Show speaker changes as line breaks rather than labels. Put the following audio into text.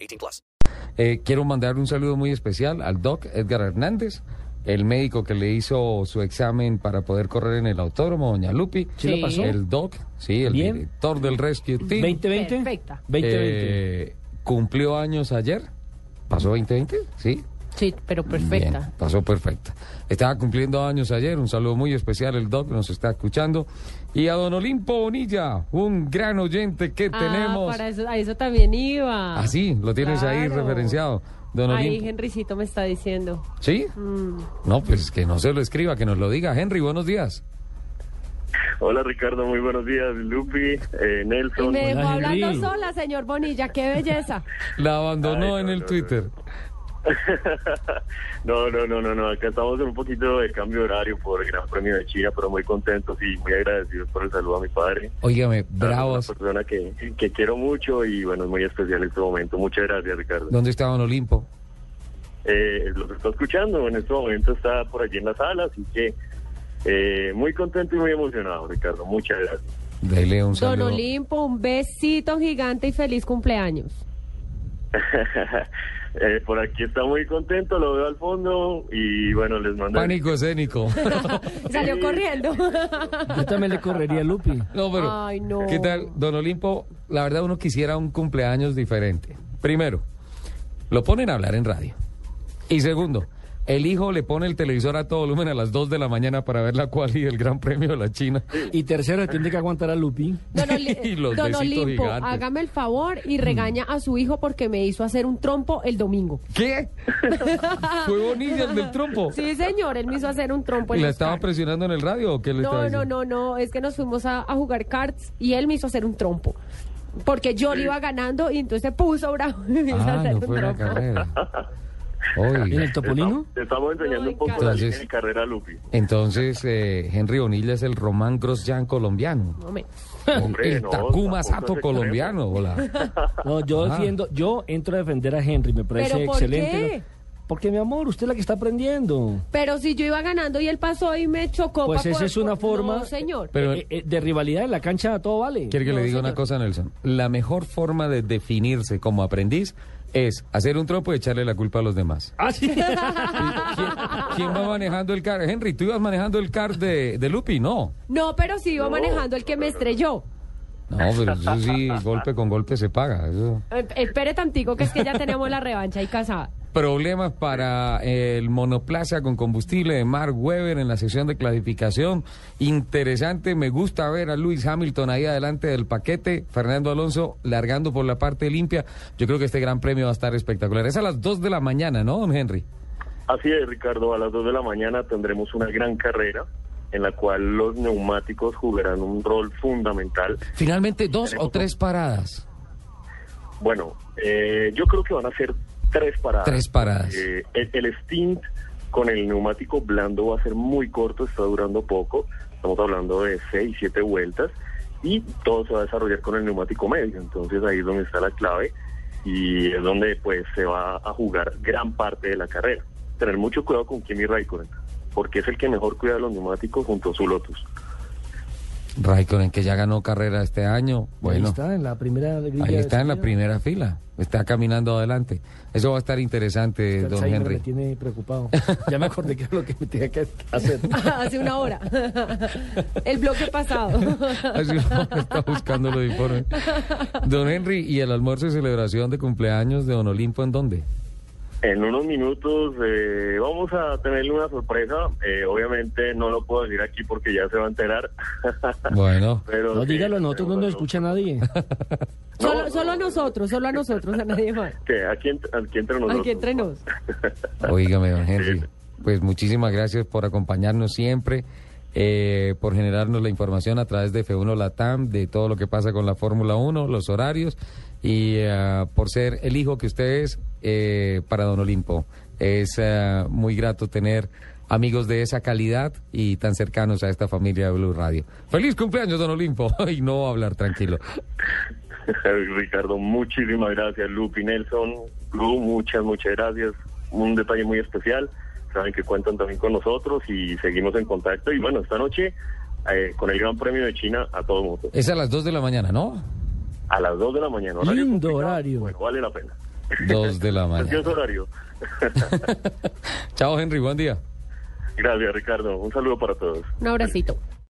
18 plus.
Eh, quiero mandar un saludo muy especial al doc Edgar Hernández, el médico que le hizo su examen para poder correr en el autódromo, doña Lupi.
¿Sí lo pasó?
El doc, sí, el
Bien.
director del Rescue Team.
2020.
Perfecta.
2020.
Eh, cumplió años ayer. ¿Pasó 2020? Sí.
Sí, pero perfecta.
Bien, pasó perfecta. Estaba cumpliendo años ayer. Un saludo muy especial. El doc nos está escuchando. Y a don Olimpo Bonilla, un gran oyente que
Ah,
tenemos.
para eso, a eso también iba.
Así, lo tienes ahí
Claro.
referenciado. Don
Ahí
Ah, Olimpo.
Henrycito me está diciendo.
¿Sí?
Mm.
No, pues que no se lo escriba, que nos lo diga. Henry, buenos días.
Hola Ricardo, muy buenos días, Lupi, eh,
Y
Nelson.
me dejó
Hola, Henry.
hablando sola, señor Bonilla. Qué belleza.
La abandonó
Ay,
en
no,
el
no,
Twitter.
no, no, no, no, no, acá estamos en un poquito de cambio de horario por el Gran Premio de China, pero muy contentos y muy agradecidos por el saludo a mi padre.
Óigame,
Es
bravos.
Una persona que, que quiero mucho y bueno, es muy especial este momento. Muchas gracias Ricardo.
¿Dónde está Don Olimpo?
Eh, los está escuchando, en este momento está por allí en la sala, así que eh, muy contento y muy emocionado Ricardo. Muchas gracias.
Dele un
Don
saludo.
Olimpo, un besito gigante y feliz cumpleaños.
Eh, por aquí está muy contento, lo veo al fondo y bueno, les mando...
Pánico escénico.
Salió corriendo.
Yo también le correría a Lupi.
No, pero.
Ay, no.
¿Qué tal, Don Olimpo? La verdad, uno quisiera un cumpleaños diferente. Primero, lo ponen a hablar en radio. Y segundo, el hijo le pone el televisor a todo volumen a las 2 de la mañana para ver la quali del Gran Premio de la China.
Y tercero, tiene que aguantar a Lupi.
Don, Oli-
Y los
Don
besitos
Olimpo,
gigantes.
hágame el favor
Mm.
y regaña a su hijo porque me hizo hacer un trompo el domingo.
¿Qué? Fue Bonilla el del trompo.
Sí, señor, él me hizo hacer un trompo.
¿Y
en
la
los
estaba
cards.
presionando en el radio o qué le estaba
Pues No, no,
diciendo?
no, no, es que nos fuimos a, a jugar cards y él me hizo hacer un trompo. Porque yo le iba ganando y entonces se puso bravo y me hizo
Ah,
hacer
no
un
fue una
trompo.
carrera.
¿Y en el
Oiga,
Topolino?
Te estamos enseñando
Ay,
un poco
Carlos.
la línea de carrera, Lupi.
entonces eh, Henry Bonilla es el Román Grosjean colombiano.
No, me-
Hombre,
el
no,
Takuma
tampoco
Sato
se
colombiano. hola.
No, yo
Ah.
defiendo, yo entro a defender a Henry, me parece
¿Pero por
excelente.
qué?
¿no? Porque mi amor, usted es la que está aprendiendo.
Pero si yo iba ganando y él pasó y me chocó.
Pues
pa'
esa
poder-
es una forma-
No, señor.
Pero-
Eh, eh, de rivalidad en la cancha a todo vale.
Quiere que le diga una cosa, Nelson. La mejor forma de definirse como aprendiz es hacer un tropo y echarle la culpa a los demás.
Ah, sí.
¿Quién, quién va manejando el car? Henry, tú ibas manejando el car de, de Lupi, no.
No, pero si iba manejando el que me estrelló.
No, pero eso sí, golpe con golpe se paga. Eso.
Eh, Espere tantico que es que ya tenemos la revancha y casada.
Problemas para el monoplaza con combustible de Mark Webber en la sección de clasificación. Interesante, me gusta ver a Luis Hamilton ahí adelante del paquete. Fernando Alonso largando por la parte limpia. Yo creo que este gran premio va a estar espectacular. Es a las 2 de la mañana, ¿no, don Henry?
Así es, Ricardo. A las 2 de la mañana tendremos una gran carrera en la cual los neumáticos jugarán un rol fundamental.
Finalmente, dos o tres paradas.
Bueno, eh, yo creo que van a ser tres paradas.
Tres paradas.
Eh, el, el stint con el neumático blando va a ser muy corto, está durando poco. Estamos hablando de seis, siete vueltas. Y todo se va a desarrollar con el neumático medio. Entonces ahí es donde está la clave y es donde pues se va a jugar gran parte de la carrera. Tener mucho cuidado con Kimi Raikkonen, porque es el que mejor cuida los neumáticos junto a su Lotus.
Raikkonen, que ya ganó carrera este año.
Ahí
Bueno.
está, en la primera grilla
Ahí
de
está en la
salida.
primera fila, está caminando adelante. Eso va a estar interesante,
El
eh, don
Alzheimer
Henry.
me tiene preocupado. Ya me acordé que era lo que me tenía que hacer.
Hace una hora. El bloque pasado.
Así uno está buscando los informes. Don Henry, ¿y el almuerzo y celebración de cumpleaños de Don Olimpo en dónde?
En unos minutos eh, vamos a tenerle una sorpresa. Eh, obviamente no lo puedo decir aquí porque ya se va a enterar.
Bueno,
Pero
No,
sí,
dígalo, a nosotros no nos
pero bueno,
escucha nadie.
Solo, solo a nosotros, solo a nosotros, a nadie más.
que aquí, ent- aquí entre nosotros.
Aquí entre nos.
oígame, Don Henry. Pues muchísimas gracias por acompañarnos siempre, eh, por generarnos la información a través de F1 Latam, de todo lo que pasa con la Fórmula 1, los horarios y ah, por ser el hijo que usted es eh, para Don Olimpo. Es ah, muy grato tener amigos de esa calidad y tan cercanos a esta familia de Blue Radio. ¡Feliz cumpleaños, Don Olimpo! y no va a hablar tranquilo.
Ricardo, muchísimas gracias. Lupi, Nelson, Lu, muchas, muchas gracias. Un detalle muy especial. Saben que cuentan también con nosotros y seguimos en contacto. Y bueno, esta noche eh, con el Gran Premio de China a todo mundo.
Es a las 2 de la mañana, ¿no?
A las 2 de la mañana.
Lindo
complicado,
horario.
Bueno, vale la pena.
2 de la mañana.
Precioso horario.
Chao, Henry. Buen día.
Gracias, Ricardo. Un saludo para todos.
Un abracito.